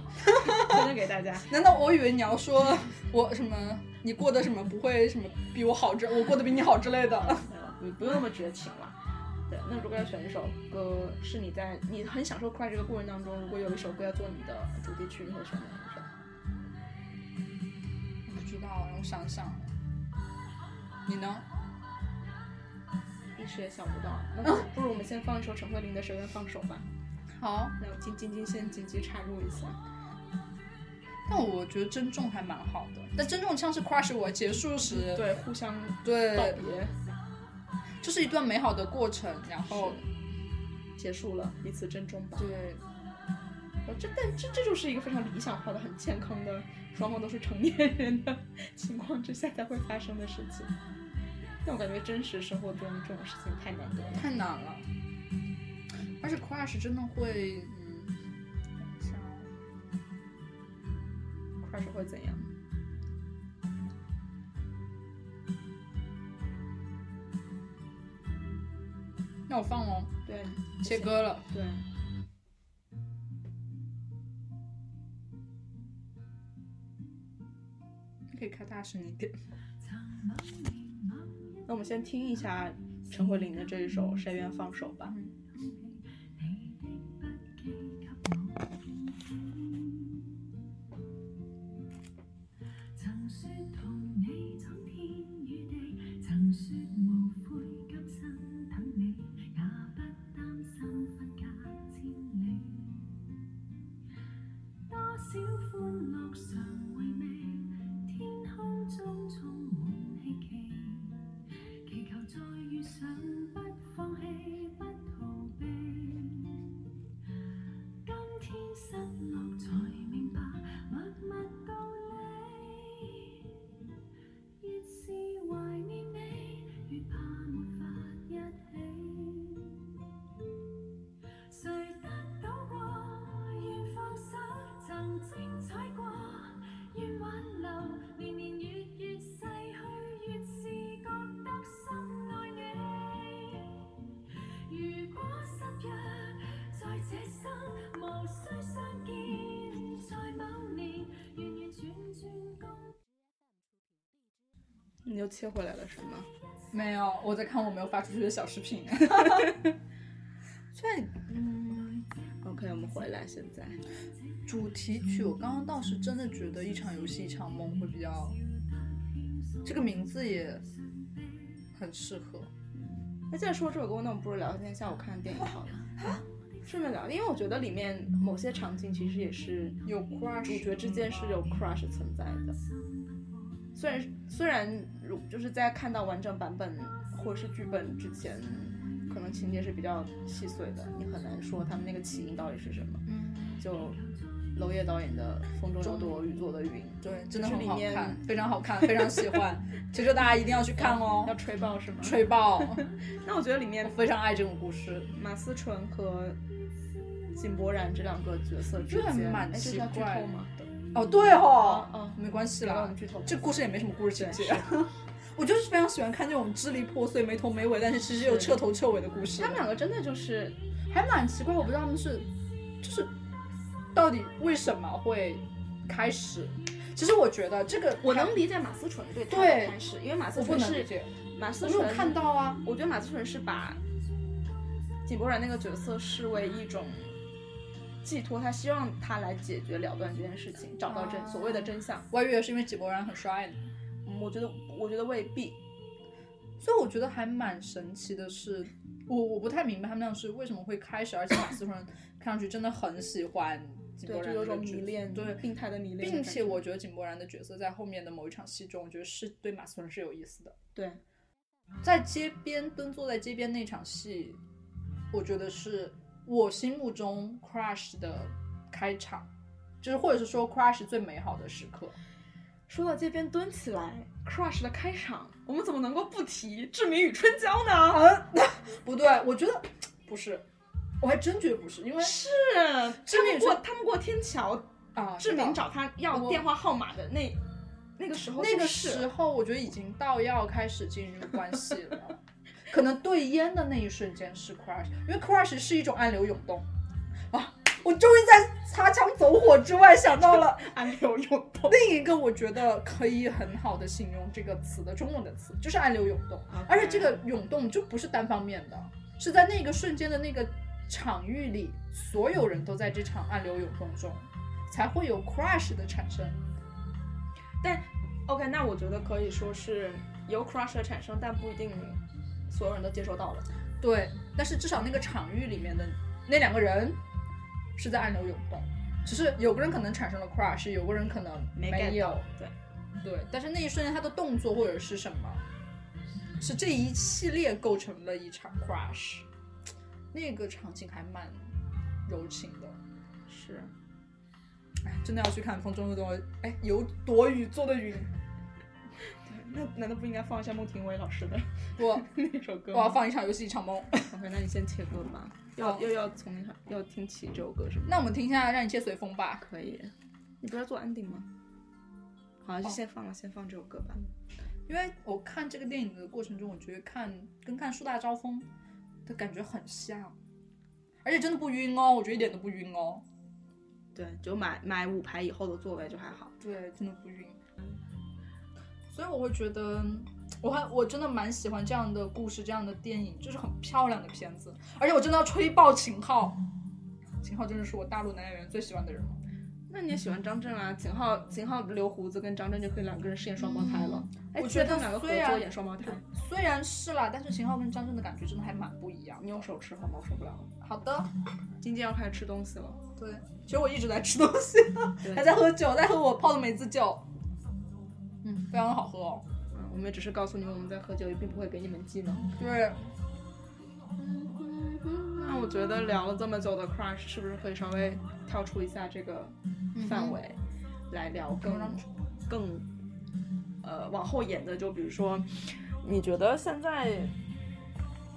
推荐给大家。
难道我以为你要说 我什么？你过得什么不会什么比我好之，我过得比你好之类的？
你不用那么绝情了。对，那如果要选一首歌，是你在你很享受快乐这个过程当中，如果有一首歌要做你的主题曲，你会选哪一首？
不知道，让我想想。你呢？
一时也想不到。那不如我们先放一首陈慧琳的《谁愿放手》吧。
好，
那我金金金先紧急插入一下。
但我觉得珍重还蛮好的。但珍重像是 crush 我结束时，
对，互相
对
道别，
就是一段美好的过程。然后
哦结束了，彼此珍重吧。
对，
哦这但这这就是一个非常理想化的、很健康的，双方都是成年人的 情况之下才会发生的事情。但我感觉真实生活中这种事情太难得了。
太难了。而且 crush 真的会，嗯，等一下啊
crush 会怎样？
那我放哦，
对，
切歌了。
对。
你可以开大声一点。
那我们先听一下陈慧琳的这一首《谁愿放手》吧。
曾說同你闖天與地，曾說無悔今生等你，也不擔心分隔千里。
你又切回来了是吗？
没有，我在看我没有发出去的小视 频。所以
OK，我们回来现在。
主题曲，我刚刚倒是真的觉得《一场游戏一场梦》会比较，这个名字也很适合。
那既然说这首歌，那我们不如聊今天下午看的电影 好了。顺便聊，因为我觉得里面某些场景其实也是
有 crush，
主角之间是有 crush 存在的。虽然虽然如就是在看到完整版本或者是剧本之前，可能情节是比较细碎的，你很难说他们那个起因到底是什么。
嗯，
就娄烨导演的《风中有朵雨做的云
对，真的
就是
很好
里面
看，非常好看，非常喜欢，求求大家一定要去看》
要
哦，
吹爆是吗？。
吹哦爆！
那我觉得里
我
面
非常爱这种故事，
马思纯和井柏然这两个角色之
这还
间，
蛮
哎这
奇
是要剧
怪
透吗？
哦，对哦，
嗯
没关系
来吧我
啦
们，剧透吧
这故事也没什么故事情
对
节。 我就是非常喜欢看这种支离破碎、没头没尾，但是其实有彻头彻尾的故事。
他们两个真的就是
还蛮奇怪，我不知道他们是就是到底为什么会开始。其实我觉得这个
我能理解马思纯对他
对
的开始，因为马
我
思
不
纯
能
是
理解，
马思
我没有
纯
看，到啊。
我觉得马思纯是把井柏然那个角色视为一种寄托，他希望他来解决了断这件事情，找到真
啊
所谓的真相。
我还以为是因为井柏然很帅呢，
嗯我觉得，我觉得未必。
所以我觉得还蛮神奇的是，我我不太明白他们俩是为什么会开始，而且马思纯看上去真的很喜 欢井
对，
柏
就
然
有
这个
种
角
迷
色
恋，
对，
病态的迷恋的
并
感觉，
且我觉得井柏然的角色在后面的某一场戏中，我觉得是对马思纯是有意思的。
对，
在街边蹲坐在街边那场戏，我觉得是我心目中 crush 的开场，就是或者是说 crush 最美好的时刻。
说到这边蹲起来，crush 的开场，我们怎么能够不提《志明与春娇》呢？
不对，我觉得不是，我还真觉得不是，因为
是
志
他
明与
们过
春
他们过天桥，
啊，
志
知
明
道
找他要
我
电话号码的那那个时候、
那个时候，我觉得已经到要开始进入关系了。可能对烟的那一瞬间是 crush，因为 crush 是一种暗流涌动啊！我终于在擦枪走火之外想到了
暗流涌动。
另一个我觉得可以很好的形容这个词的中文的词，就是暗流涌动。
OK
而且这个涌动就不是单方面的，是在那个瞬间的那个场域里，所有人都在这场暗流涌动中，才会有 crush 的产生。
OK，那我觉得可以说是由 crush 的产生，但不一定所有人都接收到了。
对，但是至少那个场域里面的那两个人是在暗流涌动，只是有个人可能产生了 crush，有个人可能没
get
有
到。，对，
对，但是那一瞬间他的动作或者是什么，是这一系列构成了一场 crush，那个场景还蛮柔情的。
是。
哎，真的要去看《风中有朵》哎，有朵雨做的云。
那难道不应该放一下孟庭苇老师的
我
那首歌
我
吗？
要放一场游戏一场梦。
OK，那你先切歌吧。要又要从要听起这首歌是吗？
那我们听一下《让一切随风》吧。
可以。你不是要做 ending 吗？好，就先放了，先放这首歌吧。
因为我看这个电影的过程中，我觉得看跟看《树大招风》的感觉很像，而且真的不晕哦，我觉得一点都不晕哦。
对，就买买五排以后的座位就还好。
对，真的不晕。所以我会觉得，我还我真的蛮喜欢这样的故事，这样的电影，就是很漂亮的片子。而且我真的要吹爆秦昊，秦昊真的是我大陆男演员最喜欢的人了。
那你也喜欢张震啊？秦昊，秦昊留胡子跟张震就可以两个人饰演双胞胎了。哎，
我
其
觉
实
得
他们两个合
虽然
作演双胞胎，
虽然是啦，但是秦昊跟张震的感觉真的还蛮不一样。
你用手吃好吗？我受不了了。
好的，
今天要开始吃东西了。
对，其实我一直在吃东西，
对
还在喝酒，在喝我泡的梅子酒，嗯，非常好喝哦。
嗯，我们也只是告诉你们我们在喝酒，也并不会给你们技能。
对，
那我觉得聊了这么久的 crush，是不是可以稍微跳出一下这个范围，来聊更更呃往后延的？就比如说，你觉得现在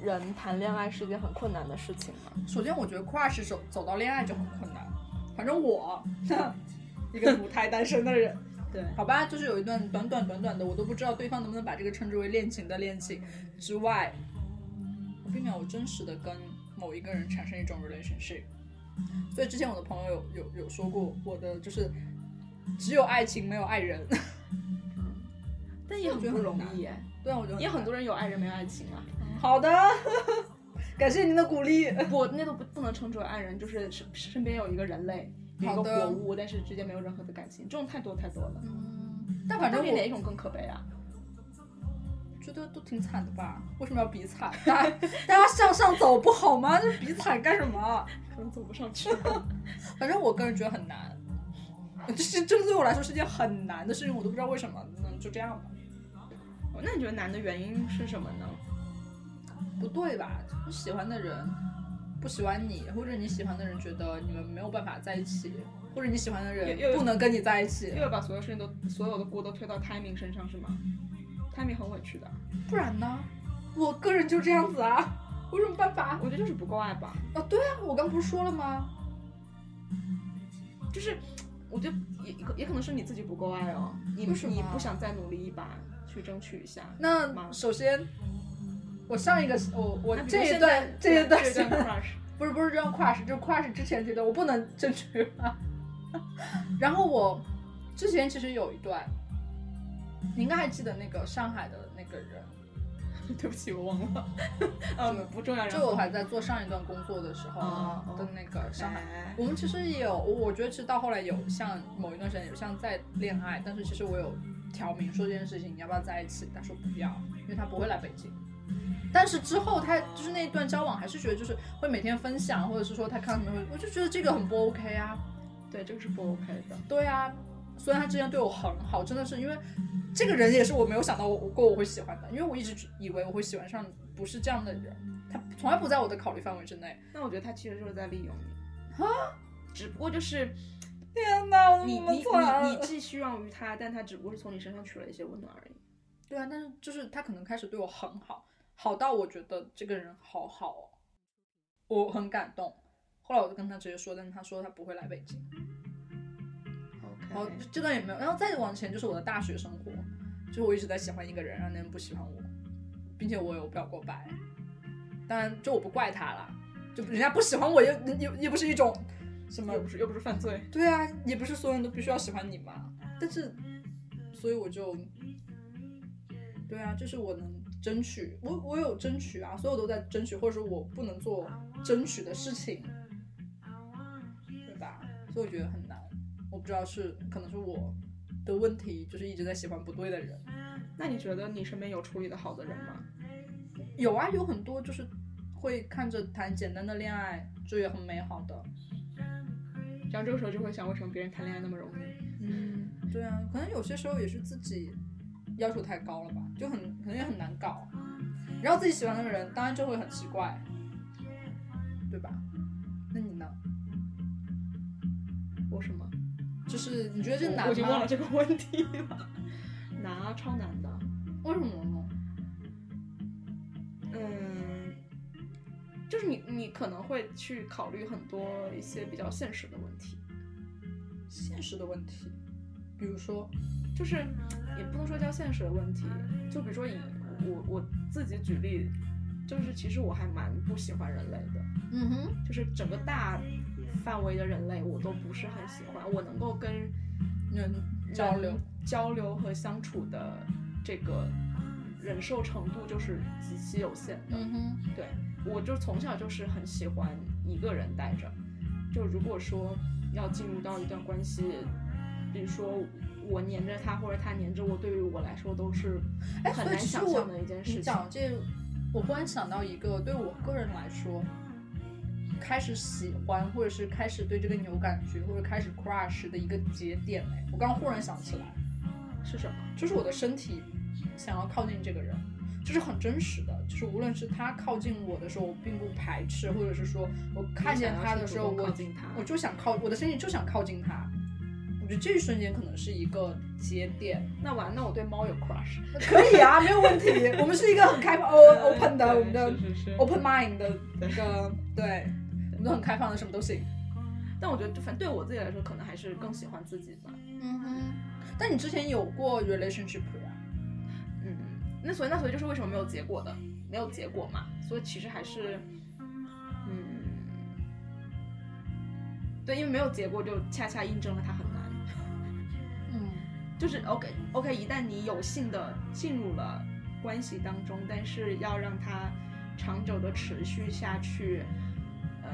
人谈恋爱是一件很困难的事情吗？
首先我觉得 crush 走走到恋爱就很困难，反正我 一个母胎单身的人，
对，
好吧，就是有一段短短短短的，我都不知道对方能不能把这个称之为恋情的恋情之外，我并没有真实的跟某一个人产生一种 relationship。所以之前我的朋友有有有说过，我的就是只有爱情没有爱人，
但也很不容易哎，
对啊，我觉得
也很
难
多人有爱人没有爱情啊。
好的， 感谢您的鼓励。
不，那都不不能称之为爱人，就是身身边有一个人类，有一
好
个
的
活物，但是之间没有任何的感情，这种太多太多了。
但反正
到底哪
我
一种更可悲啊？
觉得都挺惨的吧？为什么要比 惨？大家大家向上走不好吗？这比惨干什么？
可能走不上 去。
反正我个人觉得很难，这这对我来说是件很难的事情，我都不知道为什么。嗯，就这样吧，
哦那你觉得难的原因是什么呢？
不对吧？就是喜欢的人不喜欢你，或者你喜欢的人觉得你们没有办法在一起，或者你喜欢的
又
人
又
不能跟你在一起，
又要把所有事情都所有的锅都推到 Timing 身上是吗？Timing 很委屈的，
不然呢？我个人就这样子啊，有什么办法？
我觉得就是不够爱吧。
啊，对啊，我刚不是说了吗？
就是我觉得也也可也可能是你自己不够爱哦，你
为什么啊
你不想再努力一把去争取一下。
那
妈
首先，我上一个我我
那比如
这一
现
段
在
这一段
这一
是
段 crush，
不是不是这样 crush，就是 crush 之前这段我不能争取了。 然后我之前其实有一段，你应该还记得那个上海的那个人，
对不起，我忘了。嗯，不重要。然
就
后
我还在做上一段工作的时候
哦哦
的那个上海
哎
我们其实也有，我觉得其实到后来有像某一段时间有像在恋爱，但是其实我有挑明说这件事情你要不要在一起，他说不要，因为他不会来北京。但是之后他就是那一段交往，还是觉得就是会每天分享，或者是说他看到什么会，我就觉得这个很不 OK 啊。
对这个是不 OK 的。
对啊，虽然他之前对我很好，真的是因为这个人也是我没有想到我过我会喜欢的，因为我一直以为我会喜欢上不是这样的人，他从来不在我的考虑范围之内。
那我觉得他其实就是在利用你啊，只不过就是
天哪，我
你
怎
你
么
你
惨啊
你寄希望于他，但他只不过是从你身上取了一些温暖而已。
对啊，但是就是他可能开始对我很好，好到我觉得这个人好好哦，我很感动。后来我就跟他直接说，但是他说他不会来北京。然后
OK，
这段也没有，然后再往前就是我的大学生活，就是我一直在喜欢一个人，然后那人不喜欢我，并且我有表过白，当然就我不怪他啦，就人家不喜欢我也也也不是一种什么
又不是又不是犯罪，
对啊，也不是所有人都必须要喜欢你嘛。但是，所以我就，对啊，就是我能争取，我我有争取啊，所以我都在争取，或者说我不能做争取的事情，对吧？所以我觉得很难，我不知道是可能是我的问题，就是一直在喜欢不对的人。
那你觉得你身边有处理的好的人吗？
有啊，有很多就是会看着谈简单的恋爱，这也很美好的。
然后这个时候就会想，为什么别人谈恋爱那么容易？
嗯，对啊，可能有些时候也是自己要求太高了吧，就很可能也很难搞。然后自己喜欢的人，当然就会很奇怪，对吧？那你呢？
我什么？
就是你觉得这
我
难
我已经忘
吗
了？这个问题 了。难啊，超难的。
为什么呢？
嗯，就是你你可能会去考虑很多一些比较现实的问题，
现实的问题，比如说，
就是也不能说叫现实的问题，就比如说以我我自己举例，就是其实我还蛮不喜欢人类的。
嗯哼，
就是整个大范围的人类，我都不是很喜欢。我能够跟
人
嗯
交流
人，交流和相处的这个忍受程度就是极其有限的。
嗯哼，
对我就从小就是很喜欢一个人待着。就如果说要进入到一段关系，比如说我黏着他，或者他黏着我，对于我来说都是
哎
很
所以
难
其实
想
我
象的一件
你
事情。
讲这，我忽然想到一个，对我个人来说，开始喜欢或者是开始对这个有感觉，或者开始 crush 的一个节点。哎，我刚忽然想起来，
是什么？
就是我的身体想要靠近这个人，就是很真实的，就是无论是他靠近我的时候，我并不排斥，或者是说我看见他的时候，
你想要
我
去主动靠近他
我就想靠我的身体就想靠近他。我觉得这一瞬间可能是一个节点，
那完，那我对猫有 crush。嗯
可以啊，没有问题。我们是一个很 开放、呃 open 的，
对
我们的
是是是
open mind 的一个，对，我们都很开放的，什么都行。
但我觉得，就反对我自己来说，可能还是更喜欢自己吧。
嗯哼。但你之前有过 relationship 啊？
嗯，那所以那所以就是为什么没有结果的，没有结果嘛。所以其实还是，嗯，对，因为没有结果，就恰恰印证了它很难。
嗯，
就是 OK OK，一旦你有幸的进入了关系当中，但是要让它长久的持续下去，呃，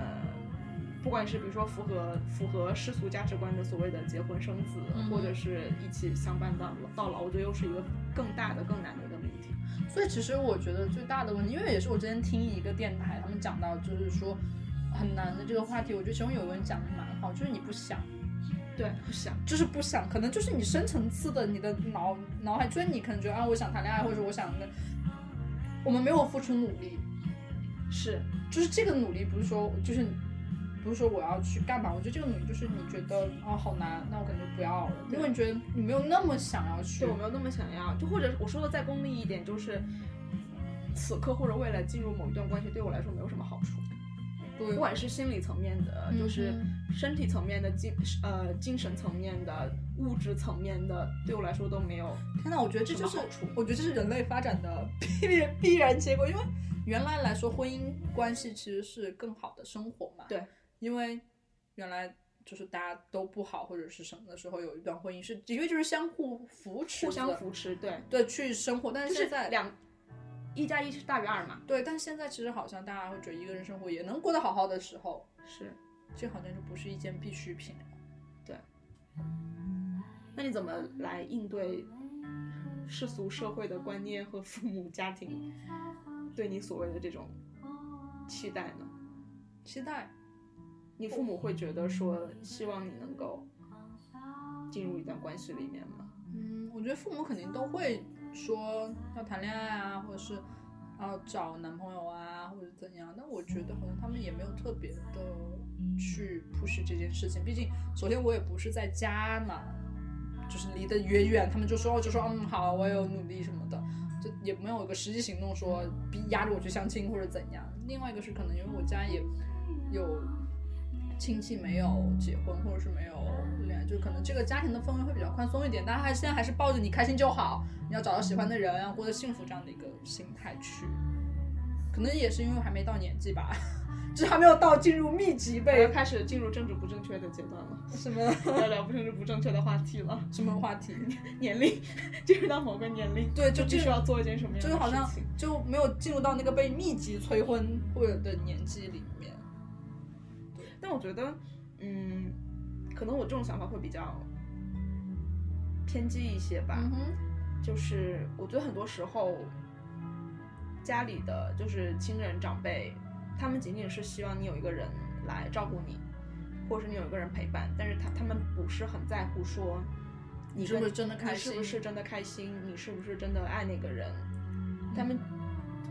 不管是比如说符合符合世俗价值观的所谓的结婚生子，
嗯
或者是一起相伴到老到老，我觉得又是一个更大的、更难的一个命题。
所以其实我觉得最大的问题，因为也是我之前听一个电台，他们讲到就是说很难的这个话题，我觉得其中有个人讲的蛮好，就是你不想，
对，不想，
就是不想，可能就是你深层次的你的脑脑海，就是你可能觉得啊，我想谈恋爱，或者我想跟，我们没有付出努力，
是
就是这个努力不是说就是不是说我要去干嘛，我觉得这个努力就是你觉得哦好难，那我可能就不要了，因为你觉得你没有那么想要去
对我没有那么想要，就或者我说的再功利一点，就是此刻或者未来进入某一段关系，对我来说没有什么好处。
对
不管是心理层面的，
嗯
就是身体层面的、精呃精神层面的、物质层面的，对我来说都没有。
天呐，我觉得这就是
什么好处，
我觉得这是人类发展的必然必然结果，因为原来来说，婚姻关系其实是更好的生活嘛。
对，
因为原来就是大家都不好或者是什么的时候，有一段婚姻是的确就是相互扶持
互
的，
相扶持，对，
对去生活，但
就是是
现在。
两一加一是大于二嘛，
对，但现在其实好像大家会觉得一个人生活也能过得好好的时候，
是。
这好像就不是一件必需品了。
那你怎么来应对世俗社会的观念和父母家庭对你所谓的这种期待呢？
期待，
你父母会觉得说希望你能够进入一段关系里面吗？
嗯，我觉得父母肯定都会说要谈恋爱啊，或者是要找男朋友啊，或者怎样。但我觉得好像他们也没有特别的去 push 这件事情。毕竟，首先我也不是在家嘛，就是离得远远，他们就说就说嗯好，我有努力什么的，就也没有一个实际行动说逼压着我去相亲或者怎样。另外一个是可能因为我家也有亲戚没有结婚或者是没有恋爱，就可能这个家庭的氛围会比较宽松一点，但还现在还是抱着你开心就好，你要找到喜欢的人，要过得幸福这样的一个心态去。可能也是因为我还没到年纪吧， 就是还没有到进入密集
我
被
又开始进入政治不正确的阶段了，
什么
要聊不政治不正确的话题了。
什么话题。
年龄，进入到某个年龄，
对就
必
这
须
个
要做一件什么样
就
的
是好像
事情。
就没有进入到那个被密集催婚或者的年纪里面。
但我觉得，嗯，可能我这种想法会比较偏激一些吧。
嗯哼，
就是我觉得很多时候，家里的就是亲人长辈，他们仅仅是希望你有一个人来照顾你，或者是你有一个人陪伴，但是他他们不是很在乎说你
是不
跟
是真的开
你是不
心
是真的开心，你是不是真的爱那个人，
嗯
他们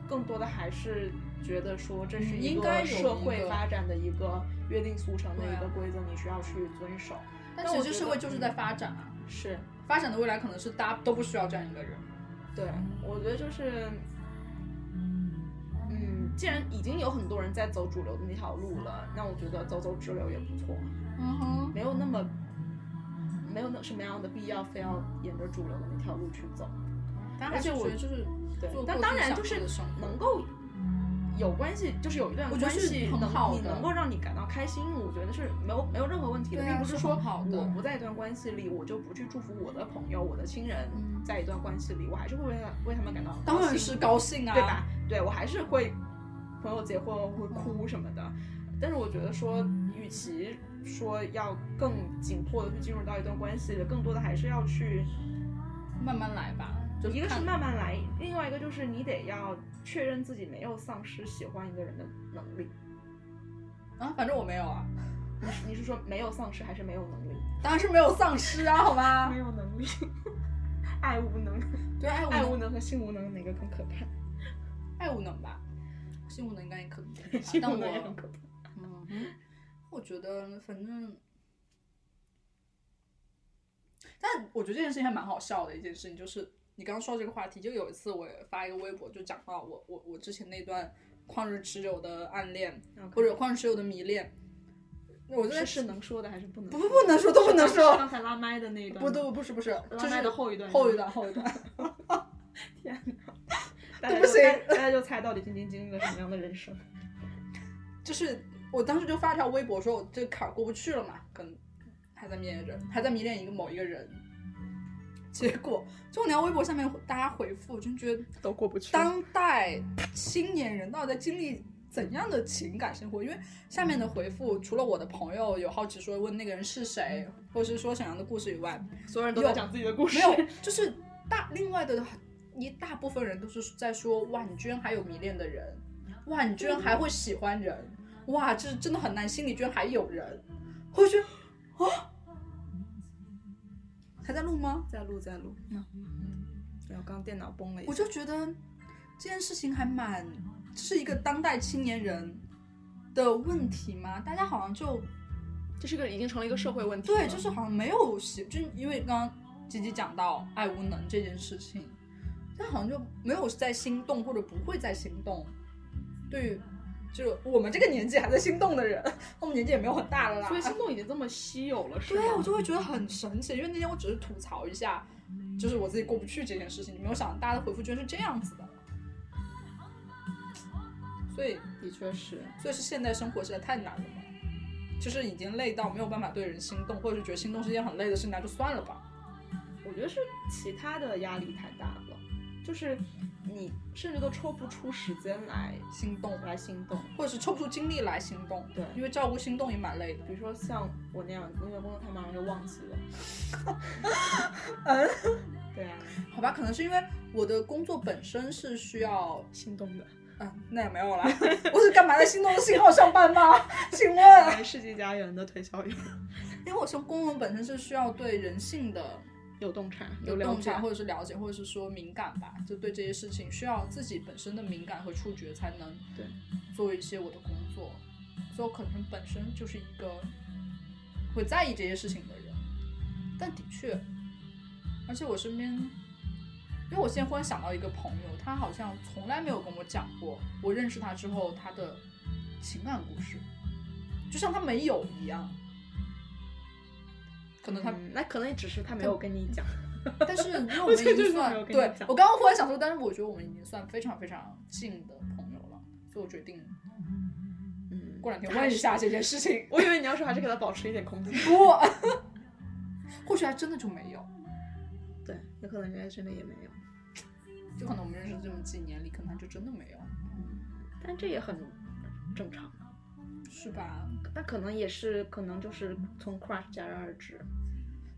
更多的还是觉得说这是
嗯
一
应该
个
有
社
一
会
个
发展的一个约定俗成的
对
一
啊
个规则，你需要去遵守。
但
但
其
我
实
觉
社会
得
就是在发展啊，
是，
发展的未来可能是大家都不需要这样一个人。
对，我觉得就是，嗯，既然已经有很多人在走主流的那条路了，那我觉得走走支流也不错，
嗯哼，
没有那么没有那什么样的必要非要沿着主流的那条路去走。
但
而
还是
且
觉
我
得就是
对
做，
但
过
当
自己
然
想
就
做
是
的生活
能够有关系，就是有一段
我觉得
关
是
系
很
能
好
你
的
能够让你感到开心，我觉得是没有没有任何问题的，
对啊
并不是
是
说
很好的
我不在一段关系里，我就不去祝福我的朋友、我的亲人
嗯，
在一段关系里，我还是会为他为他们感到
当
高
然
兴
是高兴啊，
对吧？？对我还是会朋友结婚会哭什么的，但是我觉得说，与其说要更紧迫的去进入到一段关系，更多的还是要去，
慢慢来吧，就
一个是
看
慢慢来，另外一个就是你得要确认自己没有丧失喜欢一个人的能力。
啊，反正我没有啊，
你是你是说没有丧失还是没有能力？
当然是没有丧失啊，好吗？
有能力， 爱无能，
对，爱无
爱无
能，
能和性无能哪个更可怕？
啊爱无能吧，性无能应该也可以
性，
但
无能也很
我
可怕。
嗯哼， 我觉得反正，但我觉得这件事情还蛮好笑的一件事情，就是你刚刚说到这个话题，就有一次我也发一个微博，就讲到我我我之前那段旷日持久的暗恋，或者旷日持久的迷恋，我就是
是
在
啊能说的还是不能
不
说
不
的？
不能说都不能
是
说，
刚才拉麦的那一段吗，
不都不是不是，就
拉麦
是
的后一段，
后一，段后一段，
大
对
家
不
就
起
大大家就猜到底晶晶经历了什么样的人生。
就是我当时就发条微博说我这个坎儿过不去了嘛，可能还在迷恋着，还在迷恋一个某一个人，结果就我那条微博下面大家回复，我真觉得
都过不去。
当代青年人到底在经历怎样的情感生活？因为下面的回复，除了我的朋友有好奇说问那个人是谁，或是说沈阳的故事以外，
所有人都在
有
讲自己的故 事
没， 有，就是大另外的一大部分人都是在说哇，你居然还有迷恋的人，哇，你居然还会喜欢人，哇，这真的很难，心里居然还有人，我觉得啊，还在录吗？
在录在录，然后刚电脑崩了一
我
下，
就觉得这件事情还蛮是一个当代青年人的问题吗？大家好像就
这是个已经成了一个社会问题。
对，就是好像没有喜，就是因为刚刚吉吉讲到爱无能这件事情，但好像就没有在心动或者不会再心动。对于，就是我们这个年纪还在心动的人，我们年纪也没有很大了 啦。
所以心动已经这么稀有了，是吗？
对，我就会觉得很神奇，因为那天我只是吐槽一下，就是我自己过不去这件事情，没有想到大家的回复居然是这样子的。所以，
的确是，
所以是现代生活实在太难了嘛，就是已经累到没有办法对人心动，或者是觉得心动是一件很累的事，那就算了吧。
我觉得是其他的压力太大了，就是你甚至都抽不出时间来
心动，
来心动。
或者是抽不出精力来心动，
对
因为照顾心动也蛮累的。
比如说像我那样，因为工作太忙了就忘记了。对啊，
好吧，可能是因为我的工作本身是需要，
心动的，
嗯，那也没 有啦，我是干嘛在心动的信号上班吗？ 请问，
世纪佳缘的推销员，
因为我从工作本身是需要对人性的
有洞察，
有
了
洞
解
察，，或者是了解，或者是说敏感吧，就对这些事情需要自己本身的敏感和触觉才能
对
做一些我的工作，所以我可能本身就是一个会在意这些事情的人，但的确，而且我身边，因为我现在忽然想到一个朋友，他好像从来没有跟我讲过我认识他之后他的情感故事，就像他没有一样，可能他
嗯那可能也只是他没有跟你讲，
但 是因为我们已
我就
经
是没
算
有跟你
对
讲
我刚刚忽然想说，但是我觉得我们已经算非常非常近的朋友了，所以我决定
嗯，。
过两天问一下这件事情
我以为你要说还是给他保持一点空间。
不， 或许还真的就没有，
对，有可能人家真的也没有，
就可能我们认识这么几年里，可能他就真的没有，
但这也很正常。
是吧？
但可能也是，可能就是从 crush 戛然而止。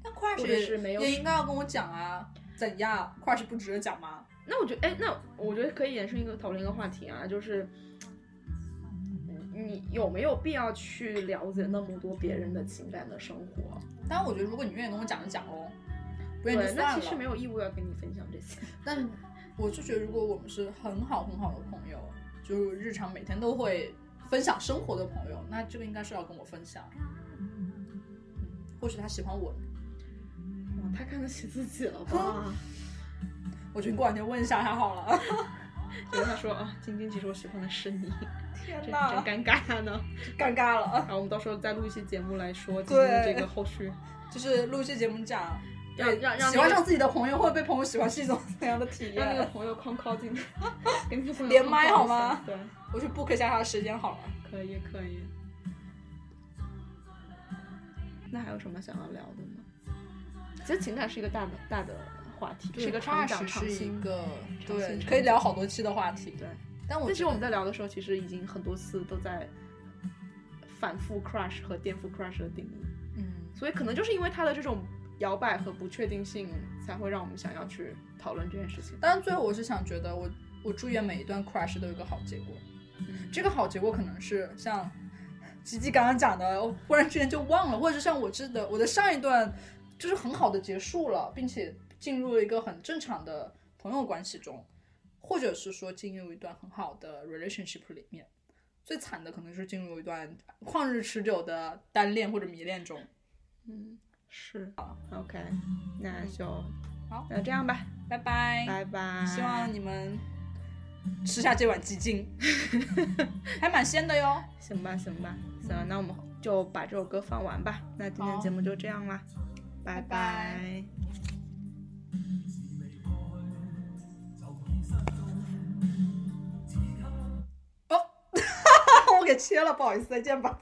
但 crush
或者
也
是没有
也应该要跟我讲啊，怎样？crush 不值得讲吗？
那我觉得，哎，那我觉得可以延伸一个讨论一个话题啊，就是你有没有必要去了解那么多别人的情感的生活？
当然，我觉得如果你愿意跟我讲就讲喽，不愿意
对
就，
那
算
其实
了。
没有义务要跟你分享这些。
但我就觉得，如果我们是很好很好的朋友，就是日常每天都会分享生活的朋友，那这个应该是要跟我分享。嗯，或许他喜欢我，
哇，太看得起自己了 吧？
我决定过两天问一下他好了。
结果他说啊，晶晶，其实我喜欢的是你，
天
真真
呐，
尴尬呢。
尴尬了。
然后我们到时候再录一期节目来说晶晶
对
的这个后续，
就是录期节目讲，
让
对
让让
喜欢
那个
上自己的朋友，或者被朋友喜欢是一种怎样的体
让那个
验？
朋友框靠近，跟那个朋友
连
框
麦
靠
好
一下
吗
对，
我去 book 一下他的时间好了。
可以可以。那还有什么想要聊的吗？其实情感是一个大的大的话题，是一个成长
crush
长
是
新
一。个
长
对
新，
可以聊好多期的话题。
对，
但我
但是
觉
我
得
们在聊的时候，其实已经很多次都在反复 crush 和颠覆 crush 的定义，
嗯。
所以可能就是因为它的这种摇摆和不确定性，才会让我们想要去讨论这件事情。
当然，最后我是想觉得我，我祝愿每一段 crush 都有一个好结果。这个好结果可能是像吉吉刚刚讲的，我忽然之间就忘了，或者是像我记得我的上一段就是很好的结束了，并且进入了一个很正常的朋友关系中，或者是说进入一段很好的 relationship 里面。最惨的可能是进入一段旷日持久的单恋或者迷恋中。
嗯，是。OK，那就
好
那这样吧，
拜拜，
拜拜。
希望你们吃下这碗鸡精， 还蛮鲜的哟。
行吧，行吧，行，那我们就把这首歌放完吧。那今天
好
节目就这样啦，拜
拜拜
拜
我给切了，不好意思，再见吧。